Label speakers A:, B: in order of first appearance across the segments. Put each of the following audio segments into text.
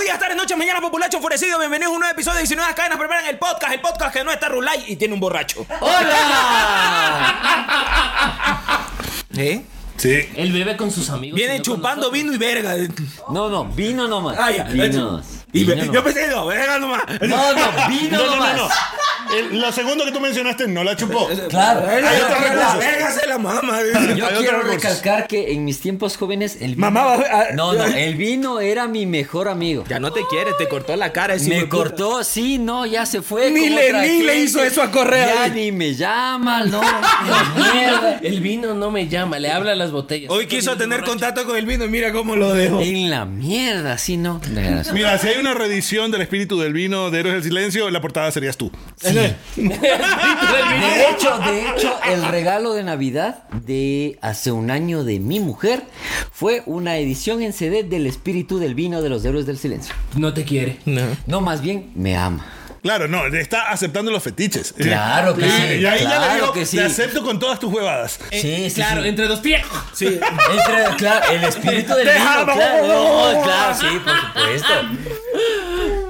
A: días, tardes, noches, mañana, populacho enfurecido. Bienvenidos a un nuevo episodio de 19 cadenas. Preparan el podcast, el podcast que no está Rulay y tiene un borracho.
B: ¡Hola!
A: ¿Eh?
C: Sí.
B: Él bebe con sus amigos.
A: Vienen
B: y no con
A: chupando
B: nosotros.
A: vino y verga.
B: No, no, vino nomás.
A: Ah, ya.
B: Vinos.
A: Y ve-
B: vino
A: yo
B: nomás.
A: pensé, no, verga nomás.
B: No, no, vino
C: No, no, no,
B: nomás.
C: no. El- lo segundo que tú mencionaste no la
B: Eh,
C: chupó.
B: Claro.
A: Verga,
C: Hay otros
A: verga,
C: recursos.
A: verga se la mama.
B: Yo
C: Hay otros
B: quiero
C: recursos.
B: recalcar que en mis tiempos jóvenes el vino...
A: Mamá, va-
B: No, no, el vino era mi mejor amigo.
A: Ya no te quiere, te cortó la cara. ese hijo
B: Me
A: de puta.
B: cortó, sí, no, ya se fue.
A: Ni
B: con
A: le-
B: otra
A: ni le
B: gente.
A: hizo eso a Correa,
B: Ya
A: güey.
B: ni me llama, no. ni mierda.
D: El vino no me llama, le habla a las botellas.
A: Hoy quiso tener contacto con el vino y mira cómo lo dejó.
B: En la mierda, sí, no. De veras.
C: Mira, si hay una reedición del espíritu del vino de Héroes del Silencio, la portada serías tú.
B: De hecho, de hecho, el regalo de Navidad de hace un año de mi mujer fue una edición en CD del espíritu del vino de los héroes del silencio.
D: No te quiere.
B: No, más bien, me ama.
C: Claro, no, está aceptando los fetiches.
B: Claro que
C: Y-
B: sí,
C: Y ahí ya
B: claro
C: le digo,
B: que sí.
C: te acepto con todas tus huevadas.
B: Sí, sí,
D: claro,
B: sí.
D: entre dos pies.
A: Sí.
B: Entre- claro, el espíritu del
A: Déjalo.
B: vino, claro, no, claro, sí, por supuesto.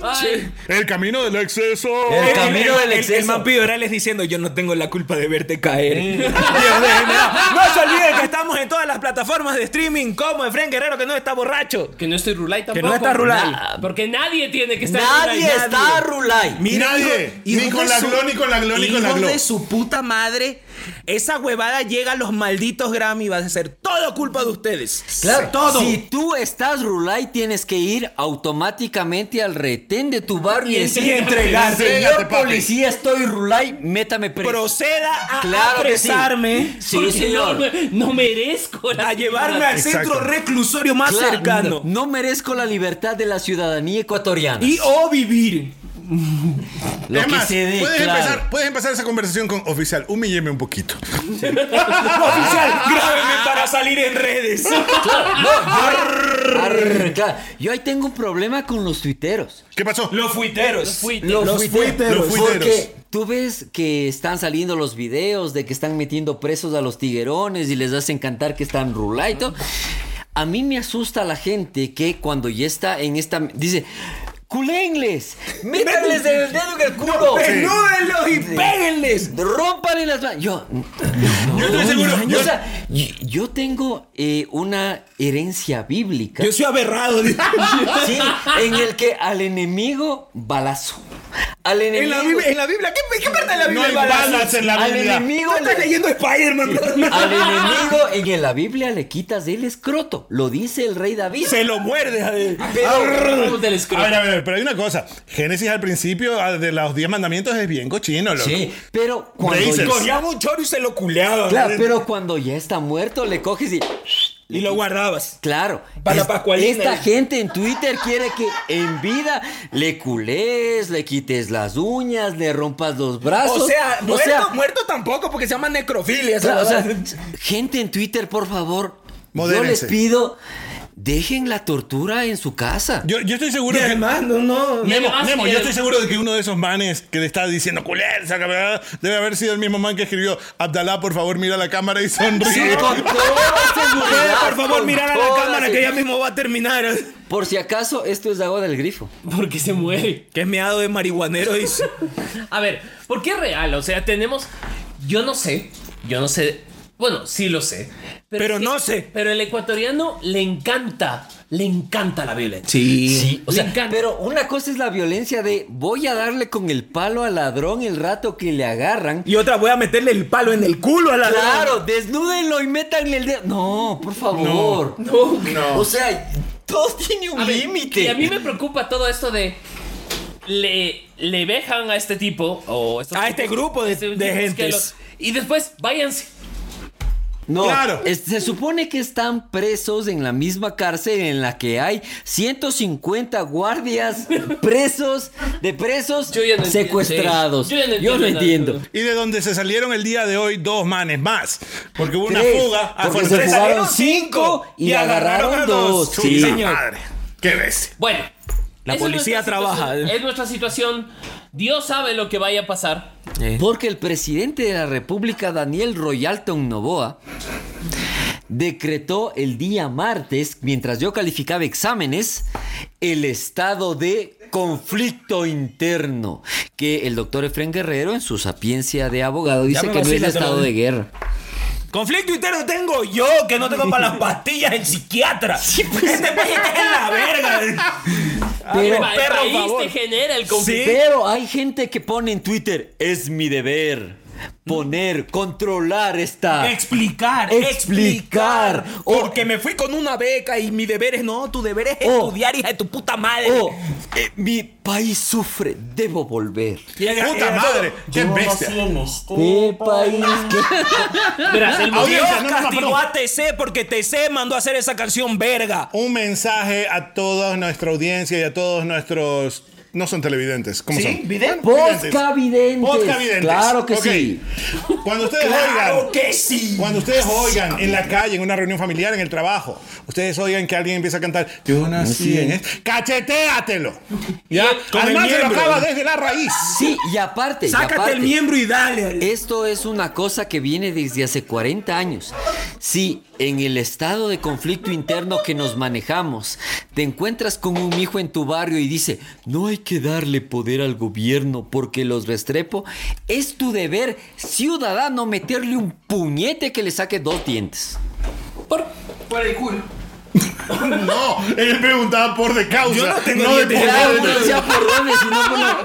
D: Ay,
C: El camino del exceso.
B: El
A: El,
B: camino
A: el-
B: del
A: el-
B: exceso.
A: el man Piedorales diciendo yo no tengo la culpa de verte caer. Dios mío, no, no se olviden que estamos en todas las plataformas de streaming como Efren Guerrero que no está borracho.
D: que no estoy Rulay tampoco.
A: no está Rulay.
D: Na- Porque nadie tiene que estar Rulay.
B: Nadie está Rulay.
C: Nadie.
A: hijo- hijo
C: Ni con
A: de
C: la
A: su-
C: Glo, ni con la Glo, ni con la
A: hijo
C: Glo.
A: de su puta madre. Esa huevada llega a los malditos Grammy. Va a ser todo culpa de ustedes.
B: Claro,
A: Todo.
B: si tú estás Rulay, tienes que ir automáticamente al retén de tu barrio y
A: Y
B: decir,
A: entregarse.
C: Entrégate,
B: señor
C: papi.
B: policía, estoy Rulay, métame preso.
A: Proceda a
B: Claro que sí.
A: apresarme.
B: Sí,
D: Porque
B: señor.
D: No, me- no merezco. la-
A: A llevarme al
C: Exacto.
A: centro reclusorio más
B: Claro,
A: cercano.
B: No merezco la libertad de la ciudadanía ecuatoriana.
A: Y o vivir.
B: lo
C: Es
B: que
C: más,
B: se dé,
C: puedes,
B: claro.
C: empezar, puedes empezar esa conversación con oficial. Humílleme un poquito.
A: Oficial, grábeme para salir en redes.
B: Claro, no, yo, Arr, claro. Yo ahí tengo un problema con los tuiteros.
C: ¿Qué pasó?
A: Los fuiteros.
D: Fui-
A: Los fuiteros.
C: Los fuiteros.
B: Porque tú ves que están saliendo los videos de que están metiendo presos a los tiguerones y les hacen cantar que están rulay y todo. A mí me asusta la gente que cuando ya está en esta. Dice. ¡Culénles! ¡Métanles el dedo en el culo!
A: Desnúdenlos y péguenles.
B: Rómpale las manos. Yo.
C: Yo estoy seguro, yo-
B: o sea, yo, yo tengo eh, una herencia bíblica.
A: Yo soy aberrado. dice.
B: Sí, en el que al enemigo, balazo. Al enemigo.
A: En la Biblia, en la Biblia, ¿qué, qué parte de la
C: No
A: Biblia
C: hay
A: es balazo?
C: balas en la
B: al
C: Biblia.
B: enemigo.
A: Tú estás
B: le-
A: leyendo Spider-Man.
B: Al enemigo en el- la Biblia le quitas el escroto. Lo dice el rey David.
A: Se lo muerde. Ah, joder.
D: Vamos del
C: A
D: escroto.
C: ver, a ver, pero hay una cosa. Génesis al principio ah, de los 10 mandamientos es bien cochino, loco.
B: Sí, pero cuando,
C: Raisers.
B: ya,
A: Cogíamos un choro y se lo culeaba.
B: claro, pero cuando ya está muerto, le coges y.
A: Y lo guardabas.
B: Claro.
A: Para la
B: es-
A: Pascualina.
B: Esta gente en Twitter quiere que en vida le culés, le quites las uñas, le rompas los brazos.
A: O sea,
B: Ah, o
A: muerto,
B: sea,
A: muerto tampoco porque se llama necrofilia. esa
B: Claro, o sea,
A: huevada.
B: gente en Twitter, por favor, yo les
C: Modérense.
B: pido, dejen la tortura en su casa.
C: Yo, yo estoy
A: Y
C: seguro que.
A: además, no, no.
C: Nemo,
D: además
C: Nemo,
D: que-
C: yo estoy seguro de que uno de esos manes que le está diciendo culés, saca, bla, bla", debe haber sido el mismo man que escribió Abdalá, por favor, mira la cámara y
B: Sí,
C: sonríe.
B: con toda seguridad,
A: Por favor,
B: con
A: mirar a la
B: toda
A: cámara
B: se-
A: que ya mismo va a terminar. ¿eh?
B: Por si acaso, esto es de agua del grifo.
D: Porque se muere.
A: Que es meado de marihuanero, dice.
D: A ver, ¿por qué es real? O sea, tenemos. Yo no sé. Yo no sé. Bueno, sí lo sé.
A: Pero
D: es que-
A: no sé.
D: Pero el ecuatoriano le encanta. Le encanta la violencia.
A: Sí.
B: O
D: Le
B: sea,
D: encanta.
B: pero una cosa es la violencia de voy a darle con el palo al ladrón el rato que le agarran.
A: Y otra, voy a meterle el palo en el culo a la
B: Claro, desnúdenlo y métanle el dedo. No, por favor.
D: No.
B: O sea, todo tiene un
D: A ver,
B: límite.
D: Y a mí me preocupa todo esto de. Le, le vejan a este tipo o estos
A: A este
D: tipos-
A: grupo de-
D: estos
A: de
D: tipos que
A: gentes.
D: los- y después váyanse.
B: No,
C: Claro.
B: es- se supone que están presos en la misma cárcel en la que hay 150 guardias presos, de presos
D: Yo ya no entiendo.
B: secuestrados.
D: Sí. Yo ya no
B: Yo no
D: entiendo
B: entiendo.
D: nada.
C: Y de donde se salieron el día de hoy dos manes más. Porque hubo una
B: ah, Tres,
C: fuga a
B: porque
C: Fuerza-
B: se jugaron cinco y agarraron dos.
C: Chuta
B: Sí,
C: madre. ¿Qué ves?
D: Bueno.
A: La
D: esa es
A: policía
D: nuestra
A: trabaja.
D: situación, Es nuestra situación. Dios sabe lo que vaya a pasar.
B: Porque el presidente de la República, Daniel Royalton Novoa, decretó el día martes, mientras yo calificaba exámenes, el estado de conflicto interno. Que el doctor Efren Guerrero, en su sapiencia de abogado, dice
A: me
B: que no es
A: vacila, te lo
B: estado de
A: digo.
B: guerra.
A: Conflicto interno tengo yo, que no tengo para las pastillas del psiquiatra.
D: pues.
A: Este país está en la verga.
B: Pero-
A: Hazme
D: Pa-
A: el
D: el
A: perro,
D: país
A: favor.
D: te genera el conflicto.
A: Sí.
B: Pero hay gente que pone en Twitter, es mi deber poner, controlar esta...
A: Explicar,
B: Explicar.
A: explicar.
B: O-
A: Porque me fui con una beca y mi deber es no, tu deber es
B: O-
A: estudiar, hija de tu puta madre.
B: Oh, eh, mi país sufre, debo volver.
A: Y el-
C: ¡Puta
A: el-
C: madre! ¡Qué bestia!
A: este
B: ¿Qué país?
D: Verás, el
C: Oye,
A: Dios
D: movimiento-
C: no, no, no,
A: castigó
C: perdón.
A: a TC porque TC mandó a hacer esa canción verga.
C: Un mensaje a toda nuestra audiencia y a todos nuestros. No son televidentes, ¿cómo
A: ¿Sí?
C: son?
A: ¿Vidente?
C: Televidentes.
B: Poscavidentes.
C: Poscavidentes.
B: Claro que
C: Ok.
B: sí.
C: Cuando ustedes
A: Claro
C: oigan.
A: que sí.
C: Cuando ustedes oigan en la calle, en una reunión familiar, en el trabajo, ustedes oigan que alguien empieza a cantar, yo nací en este. ¡Cachetéatelo!
A: Ya, con el
C: Además, se lo
A: miembro.
C: acaba desde la raíz.
B: Sí, y aparte, y
A: Sácate
B: aparte, eh,
A: el miembro y dale.
B: Esto es una cosa que viene desde hace 40 años. Si en el estado de conflicto interno que nos manejamos te encuentras con un hijo en tu barrio y dice, no hay que darle poder al gobierno porque los restrepo, es tu deber ciudadano meterle un puñete que le saque dos dientes.
C: No, él preguntaba por de causa.
A: Yo no tengo
C: de
A: dientes.
C: por
B: Claro,
C: dónde.
B: no decía por dónde, sino por la-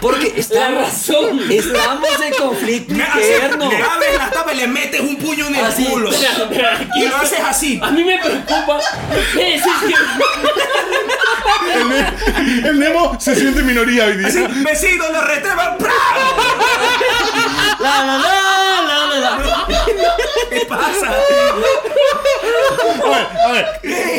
B: Porque estamos,
D: razón.
B: estamos en conflicto
A: Me haces-
B: interno.
A: le abres la tapa y le metes un puño en el
B: Así.
A: culo.
D: Espera, espera, aquí-
A: Y lo haces así.
D: A mí me preocupa. Es, es que-
C: El, ne- el Nemo se siente minoría hoy día.
A: Así, vecino, lo restreban. ¡pra!
B: La, la, la, la, la, la.
A: ¿Qué pasa?
C: A ver, a ver.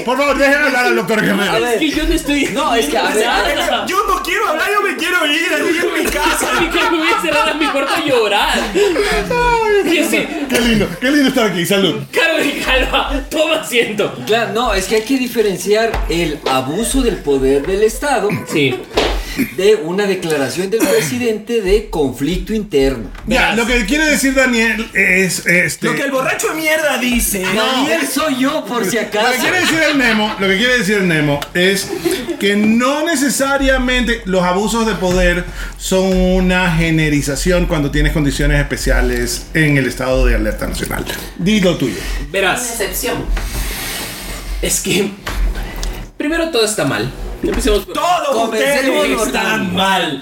C: Por favor, dejen hablar al doctor
B: A
C: Guerrero.
B: ver.
D: es que yo no estoy.
B: No, es que, a ver, a ver,
D: Nada.
A: Yo no quiero hablar, yo me quiero ir. Estoy en mi casa.
D: Ni que me voy a encerrar a mi cuarto a llorar. Que sí,
C: Qué lindo, qué lindo estar aquí. Salud.
D: Carol y Calva, toma asiento.
B: Claro, no, es que hay que diferenciar el abuso del poder del Estado
D: Sí.
B: de una declaración del presidente de conflicto interno.
C: Ya,
D: Verás.
C: lo que quiere decir Daniel es este.
A: Lo que el borracho de mierda dice.
B: Daniel soy yo, por si
C: Lo que
B: acaso.
C: quiere decir el Nemo, lo que quiere decir el Nemo es que no necesariamente los abusos de poder son una generización cuando tienes condiciones especiales en el estado de alerta nacional. Dilo tuyo.
D: Verás.
E: excepción.
D: Es que. Primero todo está mal. Empecemos por.
A: Todos
B: Comencemos
A: ustedes están mal.
B: normal.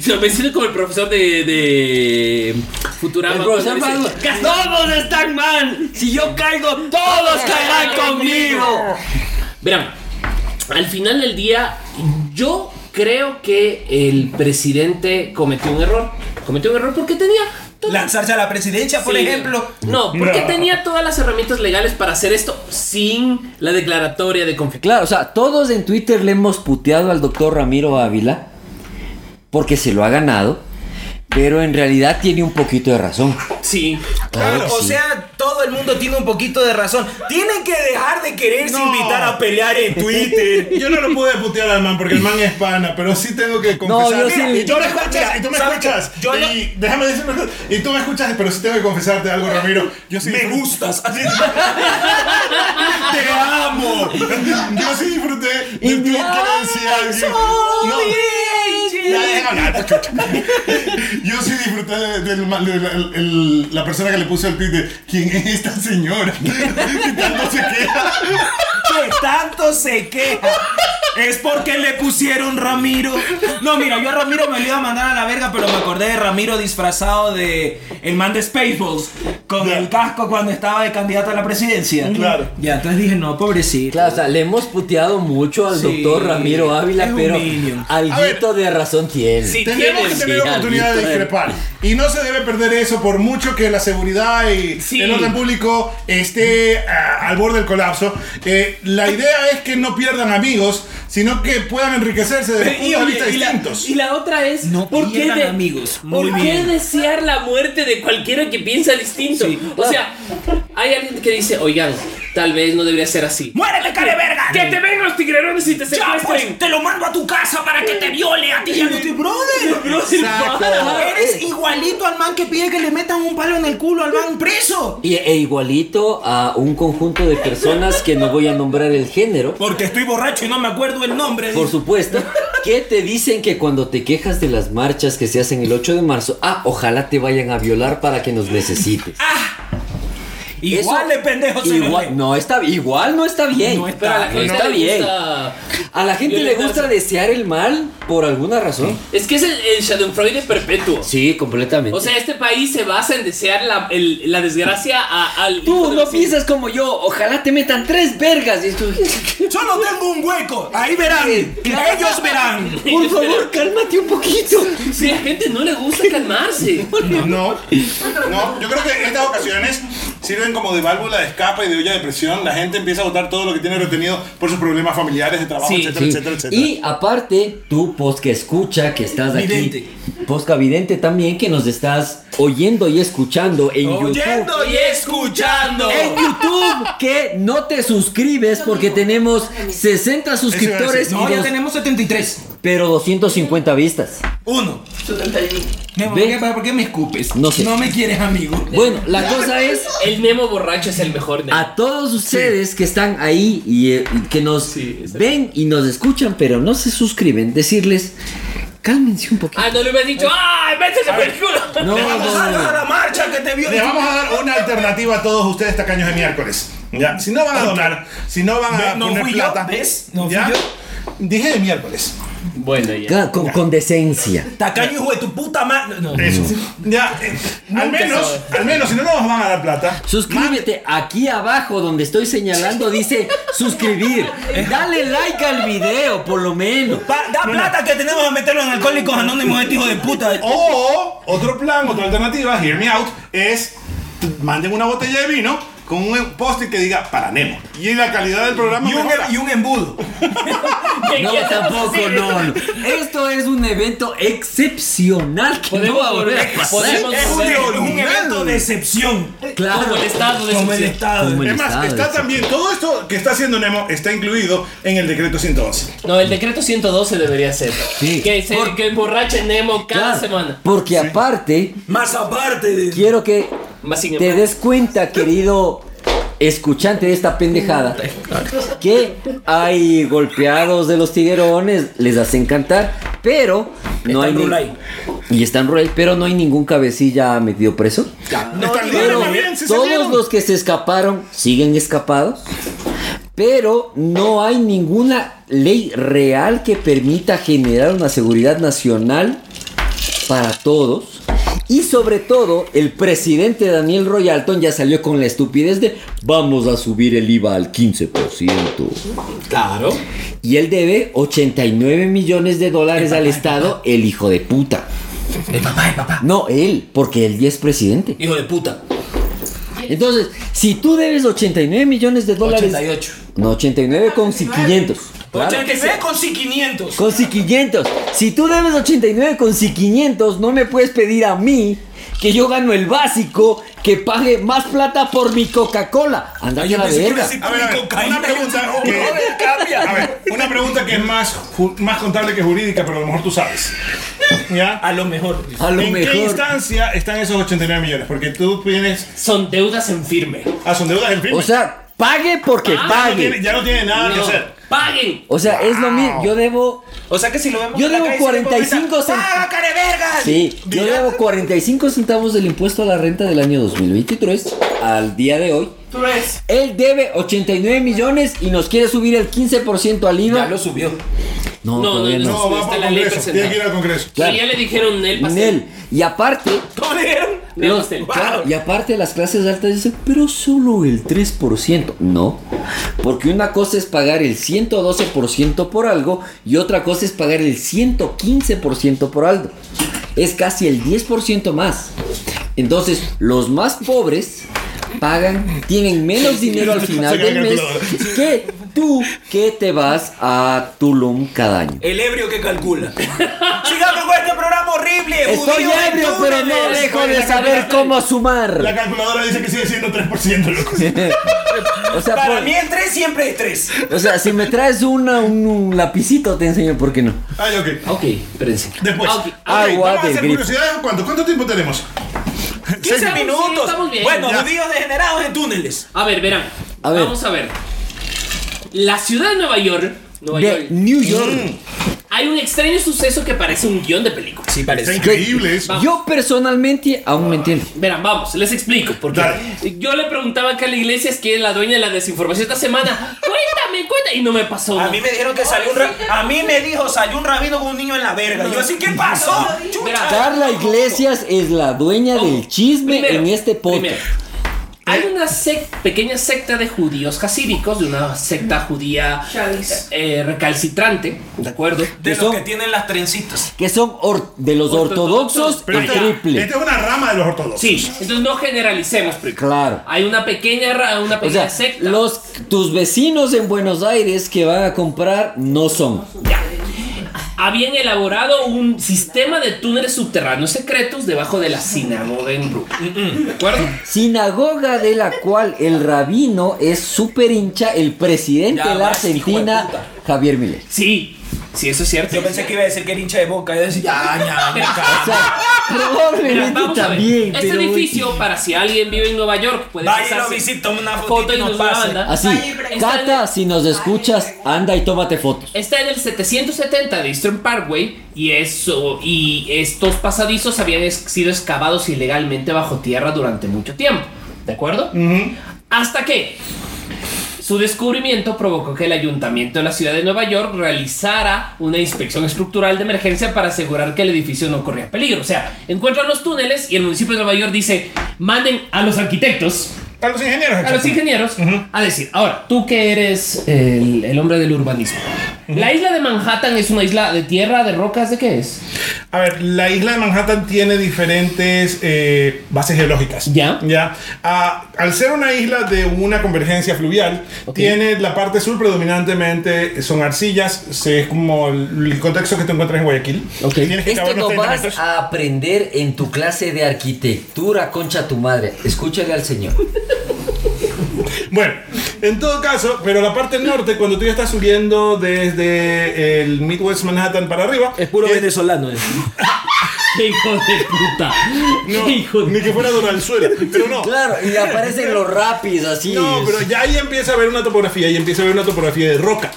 D: Se me siento como el profesor de. de Futurama.
B: El profesor
D: cuando dice,
B: Pablo.
D: ¡Todos están mal! Si yo caigo, todos caerán conmigo. Verán, al final del día, yo creo que el presidente cometió un error. Cometió un error porque tenía. toda-
A: Lanzarse a la presidencia, por
D: Sí.
A: ejemplo.
D: No, porque
C: No.
D: tenía todas las herramientas legales para hacer esto sin la declaratoria de conflicto.
B: Claro, o sea, todos en Twitter le hemos puteado al doctor Ramiro Ávila porque se lo ha ganado, pero en realidad tiene un poquito de razón.
D: Sí.
B: Claro que
A: o
B: Ah, sí.
A: sea, todo el mundo tiene un poquito de razón. Tienen que dejar de quererse
C: No.
A: invitar a pelear en Twitter.
C: Yo no lo pude putear al man porque el man es pana, pero sí tengo que confesar.
B: yo sí-
C: Y tú me escuchas, y tú me
A: ¿Sabes qué?
C: escuchas.
A: Yo no-
C: y déjame decir una cosa, Y tú me escuchas, pero sí tengo que confesarte algo, Ramiro. Yo sí
A: Me
C: disfruté-
A: gustas.
C: ¡Te amo! Yo sí disfruté de tu creencia. Ya, deja hablar, pues, chucha. Yo sí disfruté de, del mal- de la, el- la persona que le puso el tweet de ¿Quién es esta señora? Que tanto se queja.
A: que tanto se queja es porque le pusieron Ramiro. No, mira, yo a Ramiro me lo iba a mandar a la verga, pero me acordé de Ramiro disfrazado de el man de Spaceballs con
C: Ya.
A: el casco cuando estaba de candidato a la presidencia.
C: Claro.
A: Ya, entonces dije, no, pobrecito.
B: Claro, o sea, le hemos puteado mucho al
A: Sí,
B: doctor Ramiro
A: es
B: Ávila,
A: un
B: pero
A: minion.
B: alguito de razón tiene.
D: Sí,
C: Tenemos que
D: tiene,
C: tener
B: sí,
C: oportunidad de
B: Alvito,
C: discrepar. Y no se debe perder eso por mucho que la seguridad y
D: Sí.
C: el orden público esté ah, al borde del colapso. Eh, la idea es que no pierdan amigos, sino que puedan enriquecerse de
D: Y,
C: puntos de
D: oye,
C: vista
D: y la,
C: distintos.
D: y la otra es
A: No
D: ¿por qué
A: pierdan
D: de-
A: amigos. Muy
D: ¿por qué
A: bien.
D: desear la muerte de cualquiera que piensa distinto?
A: Sí.
D: O sea, hay alguien que dice, oigan, tal vez no debería ser así.
A: ¡Muérete, cara de verga!
D: ¡Que te vengan los tigreros cabrones y te
A: ¡Ya, pues!
D: secuestren.
A: ¡Te lo mando a tu casa para que te viole a ti y a tu brother!
D: Bro, si
C: Exacto.
D: para.
A: Eres igualito al man que pide que le metan un palo en el culo al man preso.
B: Y, e igualito a un conjunto de personas que no voy a nombrar el género,
A: Porque estoy borracho y no me acuerdo el nombre.
B: por supuesto, que te dicen que cuando te quejas de las marchas que se hacen el 8 de marzo, ah, ojalá te vayan a violar para que nos necesites.
A: Ah, Igual
B: Eso-
A: de pendejo se
B: igual-
A: lo-
B: no está igual no está bien.
A: No
D: Pero a la
B: No
D: gente
B: está
D: le
B: bien.
D: gusta-
B: A la gente le gusta desear el mal por alguna razón.
D: Es que es el, el Schadenfreude perpetuo.
B: Sí, completamente.
D: O sea, este país se basa en desear la, el- la desgracia a- al. hijo
B: tú
D: de
B: no
D: vecino.
B: piensas como yo. Ojalá te metan tres vergas. Y tú-
A: Solo tengo un hueco. Ahí verán.
B: Sí.
A: Ellos verán.
B: Por favor, cálmate un poquito.
D: Sí, a la gente no le gusta calmarse.
C: No, no, yo creo que estas ocasiones sirven como de válvula de escape y de olla de presión. La gente empieza a botar todo lo que tiene retenido por sus problemas familiares, de trabajo,
D: Sí,
C: etcétera,
B: Sí.
C: etcétera, etcétera.
B: Y aparte, tú, post que escucha, que estás aquí,
A: Vidente.
B: posca vidente también, que nos estás oyendo y escuchando en YouTube.
A: Oyendo y escuchando.
B: En YouTube, que no te suscribes porque tenemos 60 suscriptores,
A: No,
B: y
A: ya
B: dos-
A: tenemos 73.
B: pero 250 vistas.
A: Uno.
E: 71.
A: Me- ¿Por
B: Ve.
A: qué, ¿Por qué me escupes?
B: No sé.
A: me quieres, amigo.
B: Bueno, la cosa es
D: El Nemo borracho es el mejor. Nemo.
B: a todos ustedes que están ahí y eh, que nos
D: Sí, exacto.
B: ven y nos escuchan, pero no se suscriben, decirles, cálmense un poquito.
D: Ah, no le hubieras dicho, ¡ay, métese por el culo!
B: No, no,
A: Vamos
B: no,
A: a
B: no.
A: a la marcha que te vio.
C: Les vamos a dar una alternativa a todos ustedes tacaños de miércoles. Ya, si no van a donar, si no van a
A: Ve, no
C: poner
A: fui yo,
C: plata,
A: ¿ves? No fui
C: ya,
A: yo.
C: Dije de miércoles.
D: Bueno, ya.
B: Ca- Con, con decencia.
A: Tacaño, hijo de tu puta madre. No, no.
C: Eso. Ya, eh, al menos, al menos, si no nos van a dar plata,
B: Suscríbete aquí abajo donde estoy señalando dice suscribir. Dale like al video por lo menos.
A: Pa- da plata que tenemos a meterlo en Alcohólicos Anónimos, este hijo de puta.
B: Oh,
C: O otro plan, otra alternativa, hear me out, es manden una botella de vino con un post-it que diga para Nemo. Y la calidad del programa
A: Y un, em-,
C: mejora.
A: y un embudo.
D: ¿Qué
B: No,
D: quieres
B: tampoco,
D: decir?
B: no, no. Esto es un evento excepcional que no va a volver a pasar.
D: Podemos-
A: Es un,
D: Original.
A: un evento de excepción.
D: Como
B: Claro.
D: el estado de
A: Como el
D: excepción.
A: Estado.
B: Como el-
C: Es más,
B: Estado,
C: está
B: exacto.
C: también, todo esto que está haciendo Nemo está incluido en el decreto 111.
D: No, el decreto 112 debería ser.
B: Sí.
D: Que, se,
B: Por-
D: que emborrache Nemo cada
B: Claro,
D: semana.
B: Porque aparte,
A: Más aparte de...
B: quiero que
D: Más sin
B: te
D: embargo.
B: des cuenta, querido escuchante de esta pendejada, que hay golpeados de los tiguerones, les hacen cantar, pero
A: Están
B: no hay. ni-
A: Rulay.
B: Y están Rulay, pero no hay ningún cabecilla metido preso.
C: Están libres,
B: Pero
C: más bien, sí
B: todos
C: salieron.
B: los que se escaparon siguen escapados. Pero no hay ninguna ley real que permita generar una seguridad nacional para todos. Y sobre todo, el presidente Daniel Royalton ya salió con la estupidez de vamos a subir el IVA al 15%.
D: Claro.
B: Y él debe 89 millones de dólares al Estado, el hijo de puta.
D: El papá, el papá.
B: No, él, porque él ya es presidente.
D: Hijo de puta.
B: Entonces, si tú debes 89 millones de dólares.
D: 88.
B: No, 89 con si 500. Claro.
A: 89 con si 500.
B: Con si 500. Si tú debes 89 con si 500, no me puedes pedir a mí que yo gano el básico que pague más plata por mi Coca-Cola. Anda a la verga.
A: sí
C: A ver, a ver,
A: cocaína,
C: una pregunta
A: no,
C: que-
A: brother, cambia.
C: A ver, una pregunta que es más, ju- más contable que jurídica, pero a lo mejor tú sabes. ¿Ya?
A: A lo mejor.
B: A lo
C: ¿En qué
B: mejor.
C: instancia están esos 89 millones? Porque tú tienes
D: Son deudas en firme.
C: a son deudas en firme.
B: O sea, pague porque
D: Ah, no
C: ya, no tiene,
B: pague.
C: ya no tiene nada que
D: No,
C: hacer.
D: Paguen.
B: O sea, es lo mismo. Yo debo.
A: O sea que si lo vemos
B: Yo
A: en la
B: debo
A: calle, se le
B: 45
A: puede gritar,
B: cent-
A: ¡Paga, careverga!
B: Sí, yo
A: Dirá,
B: debo 45 centavos del impuesto a la renta del año 2023 al día de hoy.
E: Tú lo eres.
B: Él debe 89 millones y nos quiere subir el 15% al IVA.
A: Ya lo subió.
B: No,
D: No,
B: todavía
D: no,
B: no.
C: No, va
D: Está
C: por
D: la ley
C: Congreso. Tiene que ir al Congreso.
B: Claro.
D: Y ya le dijeron el pastel.
B: Nel. Y aparte,
A: ¿Cómo le dijeron?
D: Nel
B: los-
D: pastel.
B: claro, y aparte las clases altas dicen, pero solo el 3%. No, porque una cosa es pagar el 112% por algo y otra cosa es pagar el 115% por algo. Es casi el 10% más. Entonces, los más pobres pagan, tienen menos dinero al final
C: Saca la
B: del mes
C: calculadora.
B: que tú que te vas a Tulum cada año.
A: El ebrio que calcula. Sigamos con este programa horrible.
B: Estoy
A: judío,
B: ebrio,
A: tú,
B: pero no
A: brother.
B: dejo de saber cómo
C: La
B: sumar.
C: calculadora dice que sigue siendo 3%, loco.
B: O sea,
A: Para
B: por-
A: mí el 3 siempre es 3.
B: o sea, si me traes una, un, un lapicito, te enseño por qué no.
C: Ay, ok.
D: Ok, espérense.
C: Después.
D: Ah, ok.
C: Ok,
B: Agua
C: vamos a
B: de
C: hacer
B: grifo.
C: curiosidades. ¿Cuánto, ¿Cuánto tiempo tenemos?
A: 15
D: estamos- sí,
A: minutos.
D: estamos bien,
A: bueno,
C: ya.
A: judíos degenerados en túneles.
D: A ver, verán.
B: A ver.
D: Vamos a ver. La ciudad de Nueva York. Nueva
B: De
D: York.
B: New York.
D: Mm, Hay un extraño suceso que parece un guión de película.
A: Sí,
C: Está
A: parece.
C: increíble eso.
B: Yo personalmente aún me entiendo.
D: Verán, vamos, les explico. Porque
C: Dale.
D: yo le preguntaba acá a la iglesia es que es la dueña de la desinformación esta semana. Cuéntame, cuéntame. Y no me pasó.
A: A
D: nada.
A: mí me dijeron que salió un ra- a mí me dijo salió un rabino con un niño en la verga. Y yo así, ¿qué pasó?
D: Verá.
A: Chucha.
B: Carla Iglesias es la dueña del chisme
D: Oh, Primero,
B: en este podcast.
D: primero, hay una sec- pequeña secta de judíos hasídicos, de una secta judía
E: Chavis.
D: eh, recalcitrante, ¿de acuerdo?
A: De
B: Eso.
A: los que tienen las trencitas.
B: Que son or- de los
D: Ortodoxos,
B: ortodoxos
C: Pero
B: el
C: esta,
B: triple.
C: esta es una rama de los ortodoxos.
D: Sí, entonces no generalicemos, primero.
B: Claro.
D: Hay una pequeña, ra- una
B: O
D: pequeña
B: sea,
D: secta.
B: los tus vecinos en Buenos Aires que van a comprar no son.
D: habían elaborado un sistema de túneles subterráneos secretos debajo de la sinagoga en Brooklyn. ¿De acuerdo?
B: Sinagoga de la cual el rabino es súper hincha, el presidente de
D: Ya
B: la
D: vas, hijo de
B: Argentina,
D: puta.
B: Javier Milei.
D: Sí, sí, eso es cierto.
A: Yo pensé que iba a decir que era hincha de boca. Y yo decía, ya, ya, ya,
B: O
A: ya.
B: sea,
D: Mira,
B: probablemente
D: vamos a ver.
B: también.
D: Este
B: pero-
D: edificio, para si alguien vive en Nueva York, puede
A: Vaya y lo
D: pasarse
A: visita, toma una
D: foto
A: fotito
D: y
A: y nos
D: nos da la banda.
A: pasa.
B: Así, Cata, si nos escuchas, anda y tómate fotos.
D: Está en el 770 de Eastern Parkway y eso y estos pasadizos habían es- sido excavados ilegalmente bajo tierra durante mucho tiempo, ¿de acuerdo? Hasta que su descubrimiento provocó que el ayuntamiento de la ciudad de Nueva York realizara una inspección estructural de emergencia para asegurar que el edificio no corría peligro. O sea, encuentran los túneles y el municipio de Nueva York dice, manden a los arquitectos
C: A los ingenieros.
D: a los
C: exacto.
D: ingenieros a decir, ahora, tú que eres el, el hombre del urbanismo. La isla de Manhattan es una isla de tierra, de rocas, ¿de qué es?
C: A ver, la isla de Manhattan tiene diferentes eh, bases geológicas.
D: Ya.
C: Ya. Ah, al ser una isla de una convergencia fluvial,
D: Ok.
C: tiene la parte sur predominantemente son arcillas. se- es como el, el contexto que te encuentras en Guayaquil.
D: Ok.
C: Tienes que
B: Esto
C: cavar
B: lo
C: unos 30
B: vas
C: metros.
B: a aprender en tu clase de arquitectura, concha tu madre. Escúchale al señor.
C: Bueno, en todo caso, pero la parte norte, cuando tú ya estás subiendo desde el Midwest Manhattan para arriba,
A: venezolano. eh.
D: ¡Qué hijo de puta!
C: No,
D: ¡Qué hijo de
C: ni que fuera Donalzuela, pero no.
B: Claro, y aparecen los rapis así.
C: No, pero ya ahí empieza a haber una topografía, y empieza a haber una topografía de roca.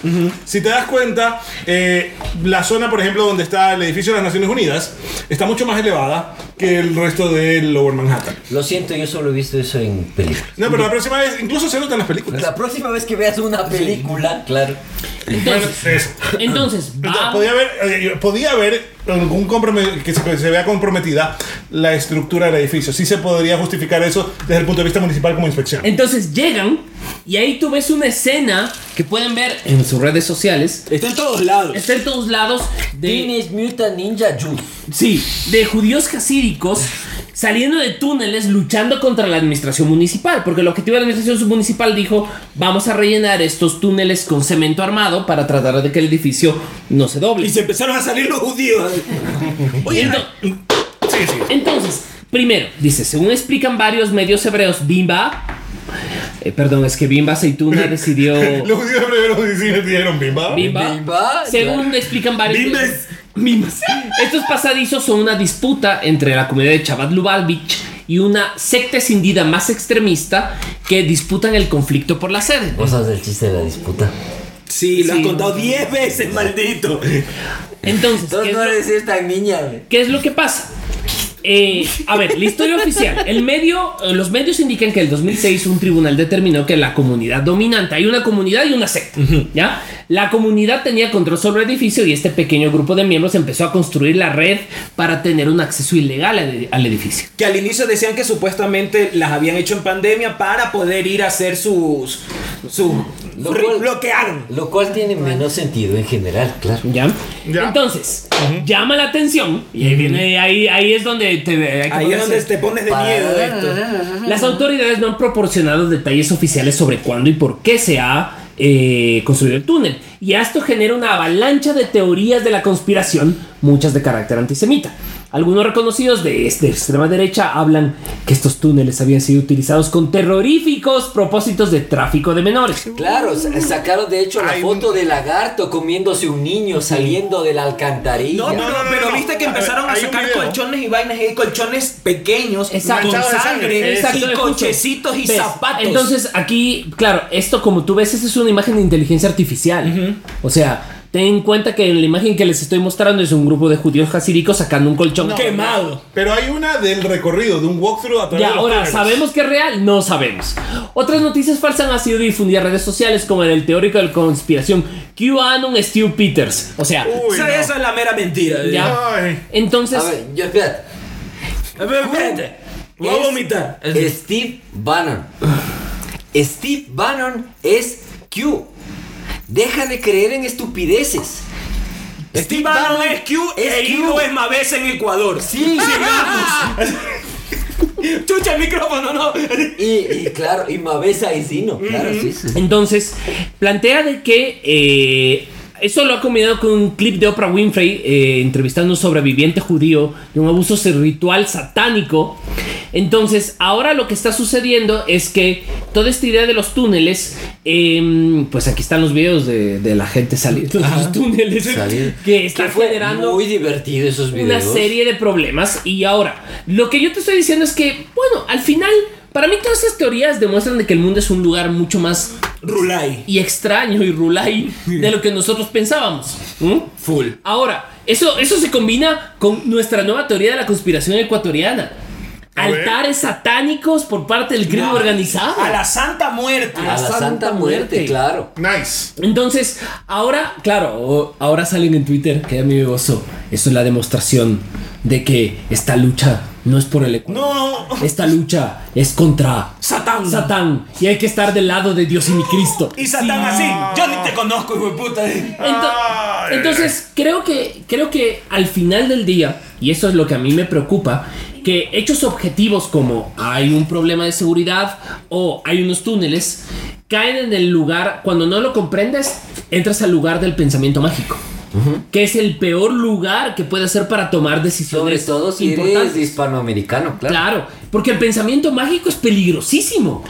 C: Si te das cuenta, eh, la zona, por ejemplo, donde está el edificio de las Naciones Unidas, está mucho más elevada que el resto del Lower Manhattan.
B: Lo siento, yo solo he visto eso en películas.
C: No, pero la próxima vez, incluso se nota en las películas.
B: La próxima vez que veas una película, claro.
C: Bueno,
D: Entonces,
C: eso.
D: entonces,
C: Entonces,
D: va-
C: podía haber, eh, podía haber algún compromet- que se, se vea comprometida la estructura del edificio. Sí se podría justificar eso desde el punto de vista municipal como inspección.
D: entonces llegan y ahí tú ves una escena que pueden ver en sus redes sociales.
A: Está en todos lados.
D: Está en todos lados de,
B: Teenage Mutant Ninja Juice.
D: sí, de judíos jasídicos saliendo de túneles luchando contra la administración municipal. Porque el objetivo de la administración municipal dijo, vamos a rellenar estos túneles con cemento armado para tratar de que el edificio no se doble.
A: Y se empezaron a salir los judíos.
D: Ento- Entonces, primero, dice, según explican varios medios hebreos, Bimba... eh, perdón, es que Bimba Aceituna decidió...
C: Los judíos primeros oficinas dijeron bimba.
D: Bimba.
B: Bimba,
D: Según explican varios.
A: Bimbes.
D: Bimbes. Estos pasadizos son una disputa entre la comunidad de Chabad Lubavitch y una secta escindida más extremista que disputan el conflicto por la sede.
B: Cosas del chiste de la disputa.
A: Sí, lo
D: Sí.
A: has contado 10 veces, maldito.
D: Entonces, ¿qué
B: Entonces
D: es
B: no
D: lo-
B: eres esta niña. güey.
D: ¿Qué es lo que pasa? Eh, a ver, la historia oficial. El medio, eh, los medios indican que en el 2006 un tribunal determinó que la comunidad dominante, hay una comunidad y una secta, ¿ya? La comunidad tenía control sobre el edificio y este pequeño grupo de miembros empezó a construir la red para tener un acceso ilegal al edi- al edificio.
A: Que al inicio decían que supuestamente las habían hecho en pandemia para poder ir a hacer sus. su.
B: Lo
A: ri-
B: cual-
A: lo que hagan.
B: Lo cual tiene menos sentido en general, claro.
D: ¿Ya?
C: Ya.
D: Entonces, llama la atención y ahí, viene, ahí, ahí es donde te... hay que
A: Ahí es donde
D: ponerse-
A: te pones de miedo de esto.
D: Las autoridades no han proporcionado detalles oficiales sobre cuándo y por qué se ha eh, construido el túnel. Y esto genera una avalancha de teorías de la conspiración, muchas de carácter antisemita. Algunos reconocidos de, este- de extrema derecha hablan que estos túneles habían sido utilizados con terroríficos propósitos de tráfico de menores.
B: Claro,
A: Mm.
B: sa- sacaron de hecho la
C: Hay un-
B: foto de lagarto comiéndose un niño saliendo de la alcantarilla.
A: No,
C: no,
A: pero,
C: no,
A: pero
C: no.
A: viste que
C: A ver,
A: empezaron a,
C: hay un
A: sacar
C: video.
A: colchones y vainas y colchones pequeños
D: Exacto.
A: con
C: Manchados de sangre,
A: sangre
C: exacto,
A: y
D: justo.
A: cochecitos y
D: ¿Ves?
A: zapatos.
D: Entonces aquí, claro, esto como tú ves, esa es una imagen de inteligencia artificial. O sea, ten en cuenta que en la imagen que les estoy mostrando es un grupo de judíos hasíricos sacando un colchón quemado.
C: Pero hay una del recorrido, de un walkthrough a través
D: Ya,
C: de los
D: ahora,
C: túneles.
D: ¿sabemos que es real? No sabemos. Otras noticias falsas han sido difundidas en redes sociales, como en el teórico de la conspiración QAnon Steve Peters. O sea,
A: o
C: Uy,
A: sea,
C: no.
A: eso es la mera mentira.
D: Ya.
C: Ay.
D: entonces,
B: A ver, yo espérate.
A: A ver, espérate. Voy a
B: Es-
A: vomitar.
B: Steve Bannon. Steve Bannon es Q. Deja de creer en estupideces.
A: Steve Bannon es Q, e Ido es Mabés en Ecuador.
B: Sí,
A: Chucha el micrófono, no.
B: y, y claro, y Mabeza y Sino. Claro, sí, sí.
D: Entonces, plantea de que eh, eso lo ha combinado con un clip de Oprah Winfrey eh, entrevistando a un sobreviviente judío de un abuso ritual satánico. Entonces, ahora lo que está sucediendo es que toda esta idea de los túneles, em, pues aquí están los videos de, de la gente saliendo de los túneles,
B: Salir.
D: que está
B: Que fue
D: generando
B: muy divertido esos
D: una
B: videos.
D: serie de problemas. Y ahora, lo que yo te estoy diciendo es que, bueno, al final, para mí todas esas teorías demuestran de que el mundo es un lugar mucho más
A: Rulay.
D: y extraño y rulay de lo que nosotros pensábamos. ¿Mm?
A: Full.
D: Ahora, eso, eso se combina con nuestra nueva teoría de la conspiración ecuatoriana.
C: A ver.
D: Altares satánicos por parte del crimen
A: No,
D: organizado.
A: A la Santa Muerte.
B: A la Santa, Muerte,
D: Muerte.
B: claro.
C: Nice.
D: Entonces, ahora, claro, o- ahora salen en Twitter, que a mí me gozó. Eso es la demostración de que esta lucha no es por el Ecuador.
A: No.
D: Esta lucha es contra
A: Satán.
D: Satán. Y hay que estar del lado de Dios y mi Cristo.
A: Y Satán así. Yo ni te conozco, hijo de puta.
D: Ento-
C: Ay.
D: entonces, creo que, creo que al final del día, y eso es lo que a mí me preocupa, que hechos objetivos como hay un problema de seguridad o hay unos túneles, caen en el lugar, cuando no lo comprendes, entras al lugar del pensamiento mágico. Que es el peor lugar que puede ser para tomar
B: Sobre
D: decisiones.
B: todo si eres
D: importantes.
B: hispanoamericano, claro.
D: Claro, porque el pensamiento mágico es peligrosísimo.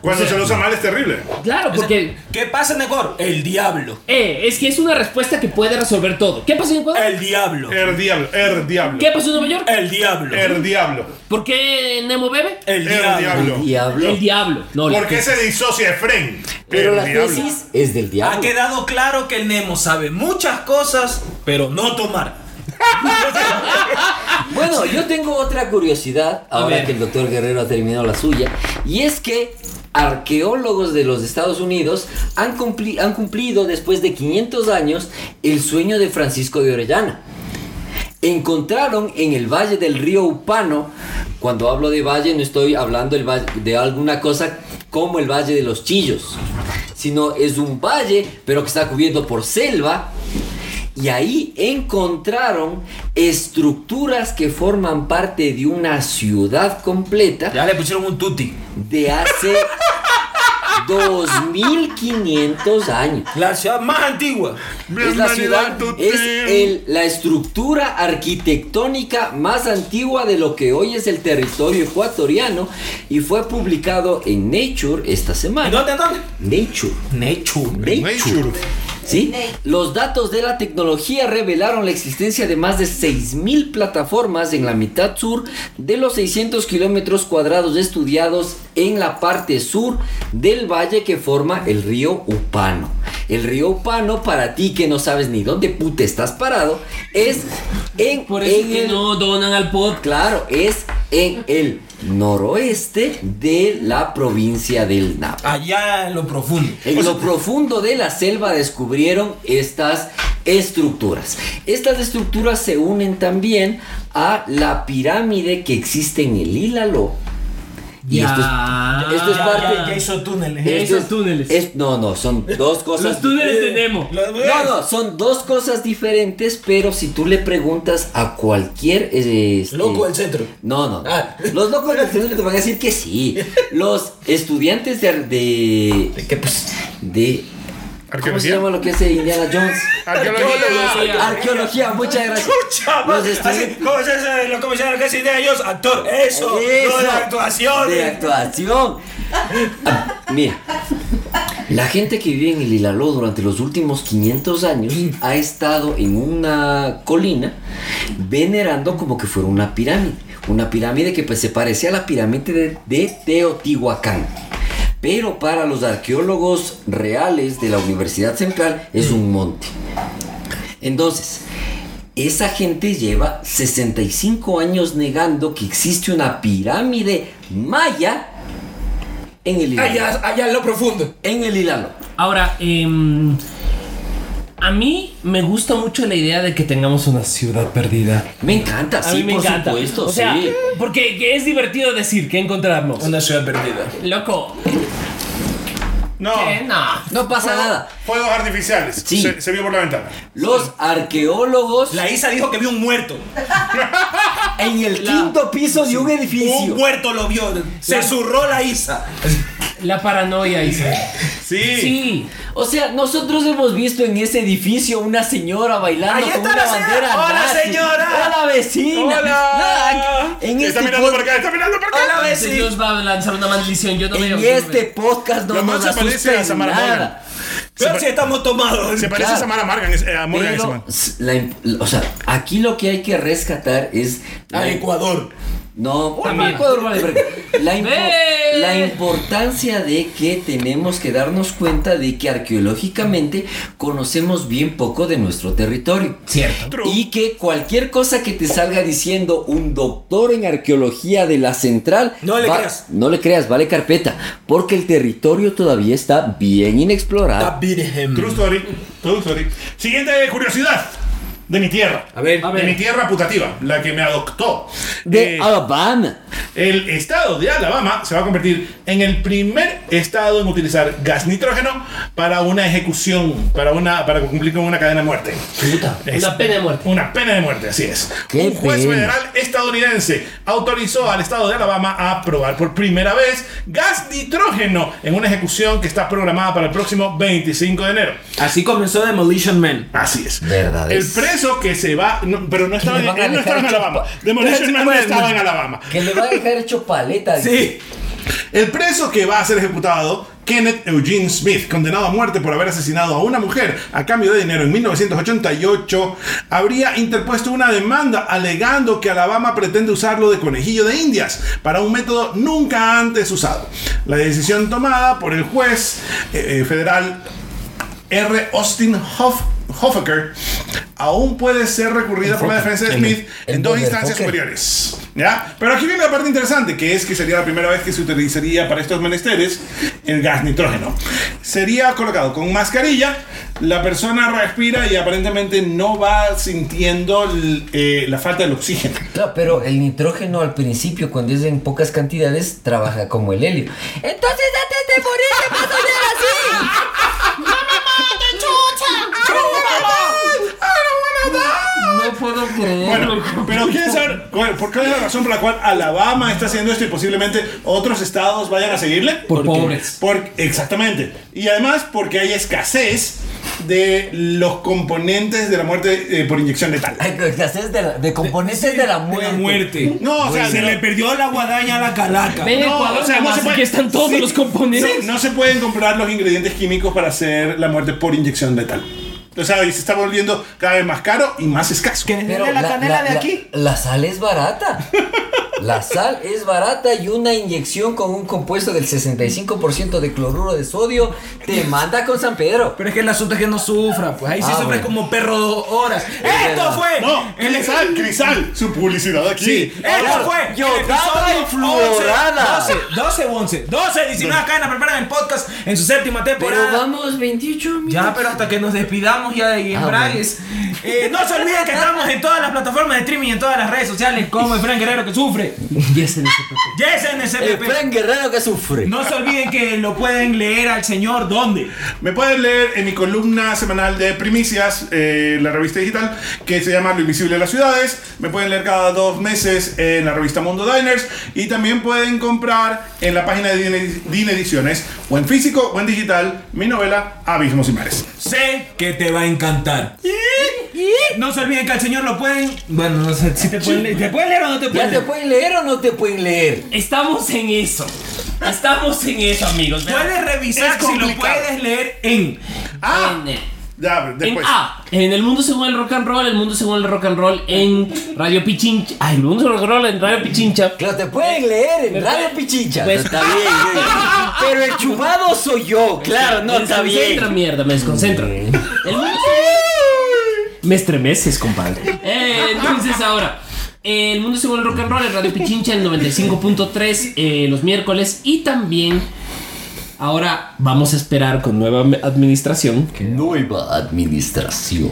C: Cuando se lo usa mal es terrible.
D: Claro, porque
A: ¿Qué pasa en Ecuador? El diablo.
D: eh, es que es una respuesta que puede resolver todo. ¿Qué pasó en Ecuador?
A: El diablo.
C: El Er diablo, el diablo.
D: ¿Qué pasó en Nueva York?
A: El diablo.
C: El diablo.
D: ¿Por qué Nemo bebe?
A: El
C: El
A: diablo.
C: er diablo.
B: El diablo.
D: El diablo. No, la
C: ¿Por qué
D: tesis.
C: se disocia Efren?
B: Pero
C: el
B: la
C: diablo.
B: tesis Ah, es del
A: Ha
B: diablo.
A: quedado claro que el Nemo sabe muchas cosas, pero no tomar.
C: Ah,
B: Bueno, yo tengo otra curiosidad, ahora
D: ver.
B: que el doctor Guerrero ha terminado la suya, y es que arqueólogos de los Estados Unidos han, cumpli- han cumplido después de 500 años el sueño de Francisco de Orellana. Encontraron en el valle del río Upano, cuando hablo de valle no estoy hablando el valle- de alguna cosa como el valle de los Chillos, sino es un valle pero que está cubierto por selva y ahí encontraron estructuras que forman parte de una ciudad completa
A: Ya le pusieron un tuti.
B: de hace 2500 años.
A: La ciudad más antigua.
B: Es la
C: Bienvenido
B: ciudad,
C: al Tutín.
B: es el- la estructura arquitectónica más antigua de lo que hoy es el territorio ecuatoriano y fue publicado en Nature esta semana.
A: ¿Dónde, dónde?
B: Nature.
A: Nature.
B: Nature.
C: Nature.
B: ¿Sí? Los datos de la tecnología revelaron la existencia de más de 6.000 plataformas en la mitad sur de los 600 kilómetros cuadrados estudiados en la parte sur del valle que forma el río Upano. El río Upano, para ti que no sabes ni dónde puta estás parado, es en,
D: Por eso
B: en
D: que
B: el-
D: no donan al podcast.
B: Claro, es en el noroeste de la provincia del Napa.
A: Allá en lo profundo.
B: En lo profundo de la selva descubrieron estas estructuras. Estas estructuras se unen también a la pirámide que existe en el Hilaló. Y esto es, esto es
D: Ya,
B: parte.
A: Ah, Ya, ya hizo túneles.
D: Eh,
B: esto
D: esos
B: es-
D: túneles.
B: es- no, no, son dos cosas.
D: Los túneles
B: eh,
D: de Nemo.
A: Los-
B: No, no, son dos cosas diferentes, pero si tú le preguntas a cualquier... eh, este-
A: Loco del centro.
B: No, no. no.
A: Ah.
B: Los locos del centro te van a decir que sí. Los estudiantes de... ar- de
A: ¿De qué, pues?
B: de ¿Cómo se
C: Arqueología.
B: llama lo que hace Indiana Jones?
D: Arqueología.
B: Arqueología, muchas gracias.
A: Chucha,
B: Los
A: man. Así,
B: estudiantes-
A: ¿Cómo se hace? Lo- ¿Cómo se llama? ¿Qué se idea ellos? Actor, eso,
B: Eso,
A: lo de actuación.
B: De actuación. Ah, mira, la gente que vive en el Hilaló durante los últimos 500 años ha estado en una colina venerando como que fuera una pirámide. Una pirámide que pues, se parecía a la pirámide de, de Teotihuacán. Pero para los arqueólogos reales de la Universidad Central es
A: Mm.
B: un monte. Entonces, esa gente lleva 65 años negando que existe una pirámide maya en el Hilalo.
E: Allá, allá en lo profundo.
B: En el Hilalo.
D: Ahora, em, a mí me gusta mucho la idea de que tengamos una ciudad perdida.
B: Me encanta,
D: A
B: sí,
D: mí me
B: por
D: encanta.
B: supuesto,
D: o sea,
B: sí.
D: porque es divertido decir que encontramos.
E: Una ciudad perdida.
D: Loco,
C: No.
D: ¿qué? No.
B: No pasa nada.
C: Fuegos artificiales.
B: Sí.
C: Se, se vio por la ventana.
B: Los arqueólogos
A: La Isa dijo que vio un muerto.
B: en el quinto piso de un edificio.
A: Un muerto lo vio. Se zurró la Isa.
D: La paranoia, Isa.
C: Sí.
D: Sí.
B: O sea, nosotros hemos visto en ese edificio una señora bailando
A: Ahí
B: con
A: está
B: una
A: la señora.
B: bandera
A: Hola,
B: nazi.
A: señora.
B: Hola, vecina.
A: Hola.
B: No, en
C: está
B: este
C: mirando
B: pod-
C: por acá, está mirando por acá.
A: A la vez
D: Entonces
A: sí.
D: Dios va a lanzar una maldición. Yo no veo.
B: en
D: yo no
B: este
D: veo.
B: podcast no
C: Lo más
B: nos
C: se parece
B: asusta
C: a
B: en
C: Samara
B: nada.
C: Morgan.
A: Pero si estamos tomados.
C: Se parece a
B: Claro.
C: Samara Morgan, es- eh, a Morgan ese
B: Pero,
C: man.
B: s- la imp- o sea, aquí lo que hay que rescatar es la,
E: A Ecuador.
B: no,
D: También.
B: no, Ecuador vale verga. la, impo-
D: ¡Ve!
B: la importancia de que tenemos que darnos cuenta de que arqueológicamente conocemos bien poco de nuestro territorio.
D: Cierto.
C: True.
B: Y que cualquier cosa que te salga diciendo un doctor en arqueología de la central.
A: No le creas.
B: No le creas, vale carpeta. Porque el territorio todavía está bien inexplorado.
C: True
D: Mm.
C: story. True story. Siguiente curiosidad de mi tierra.
E: A ver.
C: De mi tierra putativa, la que me adoptó.
B: De
C: Eh,
B: Alabama.
C: El estado de Alabama se va a convertir en el primer estado en utilizar gas nitrógeno para una ejecución, para una para cumplir con una cadena de muerte.
D: Puta.
C: Es-
D: Una pena de muerte.
C: Una pena de muerte, así es.
B: Qué
C: Un juez
B: pena.
C: federal estadounidense autorizó al estado de Alabama a probar por primera vez gas nitrógeno en una ejecución que está programada para el próximo 25 de enero.
A: Así comenzó Demolition Man.
C: Así es.
B: Verdad
C: El
B: es.
C: preso que se va, no, pero no estaba,
B: Que
C: en,
B: le van a
C: él no estaba en
B: dejar hecho
C: Alabama.
B: pa-
C: Demolition Man no estaba en Alabama.
B: Que le va a dejar hecho paleta.
A: Sí.
C: El preso que va a ser ejecutado, Kenneth Eugene Smith, condenado a muerte por haber asesinado a una mujer a cambio de dinero en 1988, habría interpuesto una demanda alegando que Alabama pretende usarlo de conejillo de indias para un método nunca antes usado. La decisión tomada por el juez eh, eh, federal R. Austin Hoff- Hoffaker aún puede ser recurrida por la defensa de Smith en, dos instancias superiores. ¿Ya? Pero aquí viene la parte interesante, que es que sería la primera vez que se utilizaría para estos menesteres el gas nitrógeno. Sería colocado con mascarilla, la persona respira y aparentemente no va sintiendo el, eh, la falta del oxígeno.
B: Claro, pero el nitrógeno al principio, cuando es en pocas cantidades, trabaja como el helio. Entonces, antes de morir, te vas a oler así.
D: No puedo creer.
C: Bueno, pero quieren saber cuál- por qué es la razón por la cual Alabama está haciendo esto y posiblemente otros estados vayan a seguirle.
D: por pobres.
C: Por- exactamente. Y además porque hay escasez de los componentes de la muerte eh, por inyección letal.
B: Ay, pero escasez de, la- de componentes de la
A: De
B: muerte.
A: la muerte.
C: No, o sea,
A: se
C: no.
A: le perdió la guadaña a la calaca.
D: Ve
C: No,
D: Ecuador,
C: o sea, no
D: nomás,
C: se puede-
D: aquí están todos
C: Sí.
D: los componentes.
C: No, no se pueden comprar los ingredientes químicos para hacer la muerte por inyección letal. O sea, y se está volviendo cada vez más caro y más escaso.
A: Que
B: Pero
A: denle la, canela de
B: la-
A: aquí.
B: la sal es barata. La sal es barata y una inyección con un compuesto del 65% de cloruro de sodio te manda con San Pedro.
A: Pero es que el asunto es que no sufra, pues ahí sí
B: Ah,
A: sufre
B: bueno.
A: como perro dos horas. ¡Esto
B: verdad.
A: fue!
C: No,
A: el
C: Crisal, Crisal, su publicidad aquí.
A: Sí, esto
B: Claro.
A: fue.
B: Yo
A: el episodio
B: daba influorada.
A: 11, 12, 11, 12, 19 acá en la primera del podcast en su séptima temporada.
B: Pero vamos, 28 minutos.
A: Ya, pero hasta que nos despidamos ya de
B: Ah,
A: Bragues. Eh, no se olviden que estamos en todas las plataformas de streaming, en todas las redes sociales, como el Fran Guerrero que sufre, sufre.
D: Yes, en ese papel.
A: Yes,
B: El Fran
A: NSPP.
B: Eh, Guerrero que sufre.
A: No se olviden que lo pueden leer al señor ¿dónde?
C: Me pueden leer en mi columna semanal de primicias, eh, la revista digital, que se llama Lo Invisible de las Ciudades. Me pueden leer cada dos meses en la revista Mundo Diners. Y también pueden comprar en la página de Dine, Dine Ediciones, o en físico o en digital, mi novela Abismos y Mares.
A: Sé que te va a encantar. No se olviden que al señor lo pueden. Bueno, no sé si te pueden leer. ¿Te pueden leer o no te
B: ¿Ya
A: pueden
B: te
A: leer?
B: pueden leer o no te pueden leer?
D: Estamos en eso. Estamos en eso, amigos. Vean.
A: Puedes revisar
D: Es
A: si lo
D: complicado.
A: puedes leer en.
C: Ah,
D: En el-
C: ya,
D: En
C: después.
D: A, en el mundo según el rock and roll, el mundo según el rock and roll en Radio Pichincha. Ay, el mundo según el rock and roll en Radio Pichincha.
B: Claro, te pueden leer
D: me
B: en Radio
D: puede-
B: Pichincha.
D: Pues-
B: Está bien, bien. Pero el chumado soy yo, claro, no,
A: Pues,
D: me
B: está
D: desconcentra,
B: bien.
D: mierda, me desconcentra. El mundo según- me estremeces, compadre. Eh, entonces ahora, el mundo según el rock and roll en Radio Pichincha, el 95.3, eh, los miércoles y también. Ahora vamos a esperar con nueva administración
B: Nueva administración.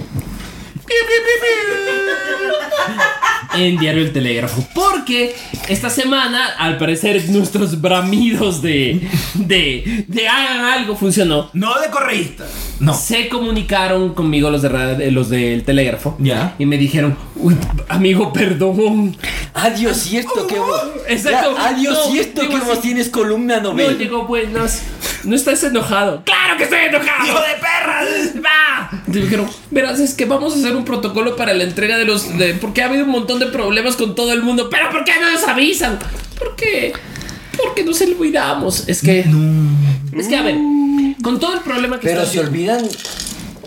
D: en Diario El Telégrafo. Porque esta semana, al parecer, nuestros bramidos de, de, de hagan algo funcionó.
A: No de correísta. No.
D: Se comunicaron conmigo los, de, ra- eh, los del Telégrafo.
A: Ya.
D: Y me dijeron, "Uy, amigo, perdón.
B: Adiós, Ah, cierto que vos.
D: Exacto.
B: Ya, adiós,
D: No,
B: cierto
D: digo
B: que vos
D: así.
B: tienes columna
D: No
B: novela.
D: llegó buenas. No estás enojado. ¡Claro que estoy enojado!
A: ¡Hijo de perra!
D: ¡Va! Entonces dijeron, verás, es que vamos a hacer un protocolo para la entrega de los... de- porque ha habido un montón de problemas con todo el mundo. ¿Pero por qué no nos avisan? ¿Por qué? Porque nos olvidamos. Es que... Es que, a ver, con todo el problema que...
B: Pero
D: está-
B: se olvidan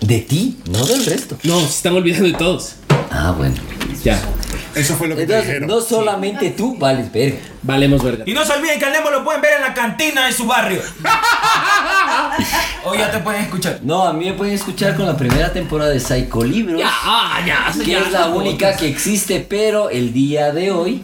B: de ti, no del resto.
D: No, se están olvidando de todos.
B: Ah, bueno.
D: Ya,
C: Eso fue lo que te
B: Entonces,
C: dijeron.
B: no solamente tú vales verga.
D: valemos verga.
A: Y no se olviden que al Nemo lo pueden ver en la cantina de su barrio. o ya te pueden escuchar.
B: No, a mí me pueden escuchar con la primera temporada de Psycho Libros.
D: Ya, ah, ya, eso
B: que
D: ya,
B: es la
D: eso
B: única que existe, pero el día de hoy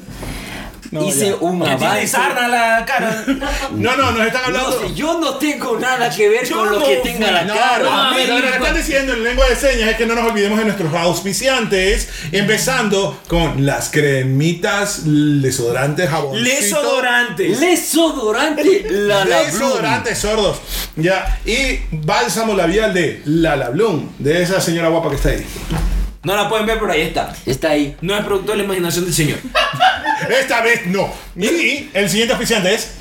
B: hice un
A: Que tiene
B: avance.
A: sarna la cara.
C: No, no, nos están
B: No
C: hablando.
B: sé, yo no tengo nada que ver
A: Yo
B: con lo
A: no
B: que
A: fui-
B: tenga la
C: No,
B: cara.
C: no, a
D: ver,
C: mí lo que
D: hijo.
C: me están diciendo en lengua de señas es que no nos olvidemos de nuestros auspiciantes, empezando con las cremitas desodorantes jaboncitos.
A: Lesodorantes.
B: Lesodorante la la
C: Desodorantes sordos. Ya, y bálsamo labial de Lala Bloom, de esa señora guapa que está ahí.
A: No la pueden ver, pero ahí está.
B: Está ahí.
A: No es producto de la imaginación del señor.
C: Esta vez no. Y el siguiente auspiciante es,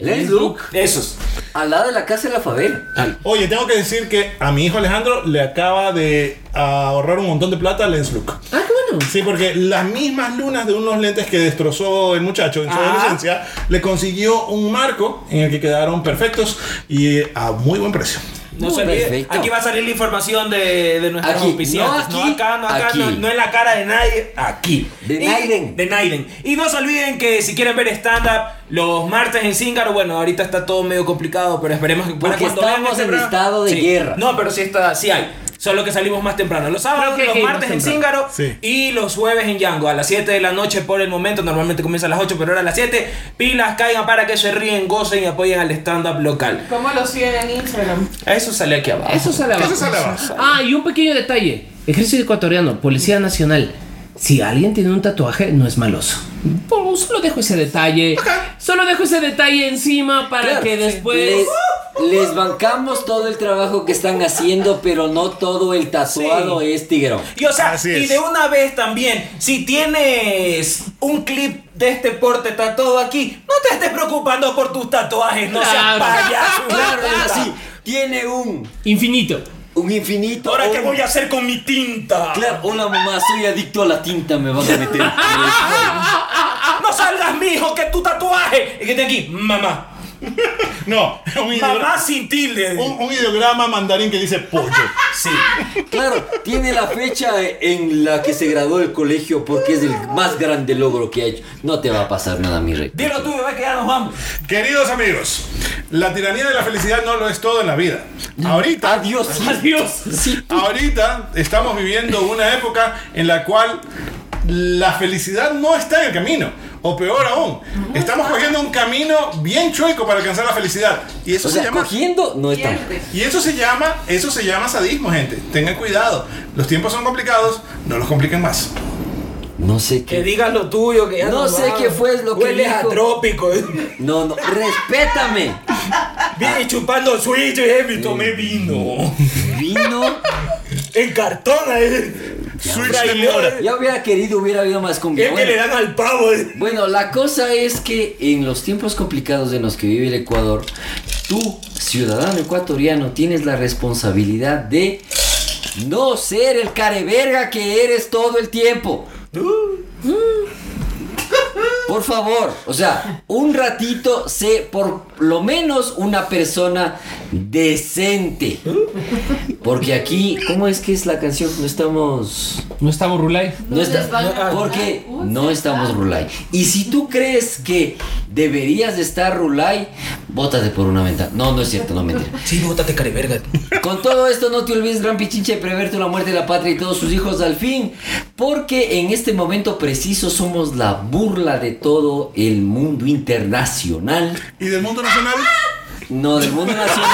B: Les Luke,
A: Esos.
B: al lado de la casa de la favela.
C: oye, tengo que decir que a mi hijo Alejandro le acaba de ahorrar un montón de plata a Lens Look.
D: Ah, qué bueno.
C: Sí, porque las mismas lunas de unos lentes que destrozó el muchacho en su
A: Ah.
C: adolescencia, le consiguió un marco en el que quedaron perfectos y eh, a muy buen precio.
A: No
B: Muy
A: se olviden.
B: perfecto.
A: Aquí va a salir la información de, de nuestros
B: Aquí.
A: auspiciantes.
B: No
A: No,
B: aquí,
A: acá, no acá,
B: aquí.
A: No, no en la cara de nadie. Aquí.
B: De
A: Y-
B: Naiden.
A: De Naiden. Y no se olviden que si quieren ver stand-up los martes en Zingaro, bueno, ahorita está todo medio complicado, pero esperemos que para
B: Porque
A: cuando vean
B: estamos
A: este
B: en
A: programa-
B: estado de
A: Sí.
B: guerra.
A: No, pero sí está, sí hay. Solo que salimos más temprano. Los sábados,
D: Creo que
A: los
D: hay más
A: martes en Zingaro
D: temprano.
C: Sí.
A: y los jueves en Yango. A las 7 de la noche por el momento. Normalmente comienza a las 8, pero ahora a las 7. Pilas caigan para que se ríen, gocen y apoyen al stand-up local.
F: ¿Cómo lo siguen en Instagram?
A: Eso sale aquí abajo.
D: Eso sale abajo.
C: Eso sale abajo.
D: Ah, y un pequeño detalle. Ejército ecuatoriano, Policía Nacional. Si alguien tiene un tatuaje, no es maloso. Por- Solo dejo ese detalle. Solo dejo ese detalle encima para
B: Claro,
D: que después...
B: Les, les bancamos todo el trabajo que están haciendo, pero no todo el tatuado es tigrón.
A: Y o sea,
C: Así
A: y
C: es.
A: de una vez también, si tienes un clip de este porte tatuado aquí, no te estés preocupando por tus tatuajes, no seas
D: Claro.
A: payaso.
B: Claro,
A: puta.
B: es así. Ah, Tiene un,
D: Infinito.
B: un infinito.
A: Ahora,
B: o
A: ¿qué
B: un-
A: voy a hacer con mi tinta?
B: Oh. Claro, hola mamá, soy adicto a la tinta, me van a meter.
A: No salgas, mijo, que tu tatuaje. Y que tiene aquí, mamá.
C: No, un,
A: Mamá
C: ideograma,
A: sin tilde.
C: un, un ideograma mandarín que dice pollo.
A: Sí.
B: claro, tiene la fecha en la que se graduó del colegio porque es el más grande logro que ha hecho. No te va a pasar nada, mi rey.
A: Dilo tú, bebé, que ya nos vamos.
C: Queridos amigos, la tiranía de la felicidad no lo es todo en la vida. Ahorita,
D: Ah,
B: Adiós.
D: Adiós.
B: Sí.
C: ahorita estamos viviendo una época en la cual la felicidad no está en el camino. O peor aún, estamos cogiendo un camino bien chueco para alcanzar la felicidad. Y eso
B: O
C: se
B: sea,
C: llama
B: cogiendo no está.
F: Pierde.
C: Y eso se llama, eso se llama sadismo, gente. Tengan cuidado. Los tiempos son complicados, no los compliquen más.
B: No sé
A: Que
B: qué.
A: digas lo tuyo, que ya
B: No sé
A: va.
B: qué fue lo que
A: Hueles a
B: dijo.
A: trópico.
B: No, no, respétame.
A: Vine chupando suicho y me tomé vino.
B: Vino.
A: En cartón ahí.
C: Switch de
A: Traidor.
C: mora.
B: Ya hubiera querido, hubiera habido más cumbia.
A: Es que
B: Bueno,
A: le dan al pavo. eh.
B: Bueno, la cosa es que en los tiempos complicados en los que vive el Ecuador, tú, ciudadano ecuatoriano, tienes la responsabilidad de no ser el careverga que eres todo el tiempo. Por favor, o sea, un ratito sé por lo menos una persona decente. Porque aquí, ¿cómo es que es la canción? No estamos...
D: No estamos Rulay.
B: No está-
F: les van a
B: no,
F: rular.
B: porque
F: Uy,
B: no
F: se
B: estamos
F: está.
B: Rulay. Y si tú crees que deberías de estar Rulay, bótate por una ventana. No, no es cierto, no mentira.
A: Sí, bótate, careverga.
B: Con todo esto, no te olvides, gran pichinche, de preverte la muerte de la patria y todos sus hijos al fin. Porque en este momento preciso somos la burla de todo el mundo internacional.
C: ¿Y del mundo nacional?
B: No, del mundo nacional.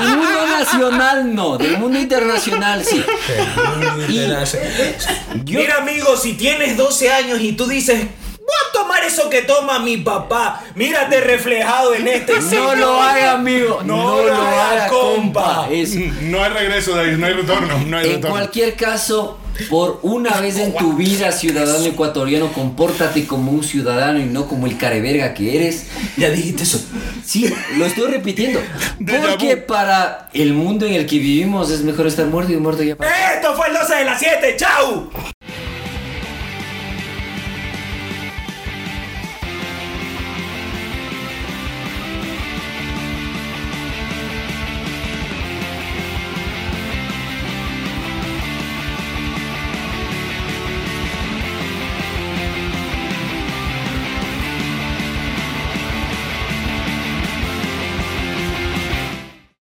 B: del mundo nacional no, del mundo internacional sí. Yo-
A: Mira, amigo, si tienes 12 años y tú dices, voy a tomar eso que toma mi papá, mírate reflejado en este
B: No
A: señor".
B: lo haga, amigo. No, lo haga, compa. Eso.
C: No hay regreso de ahí, no hay retorno. No hay
B: En
C: retorno.
B: cualquier caso, por una vez en tu vida, ciudadano ecuatoriano, compórtate como un ciudadano y no como el careverga que eres.
A: Ya dijiste eso.
B: Sí, lo estoy repitiendo.
C: Déjà
B: Porque
C: vu.
B: para el mundo en el que vivimos es mejor estar muerto y muerto ya para.
A: Esto fue el 12 de las 7, chau.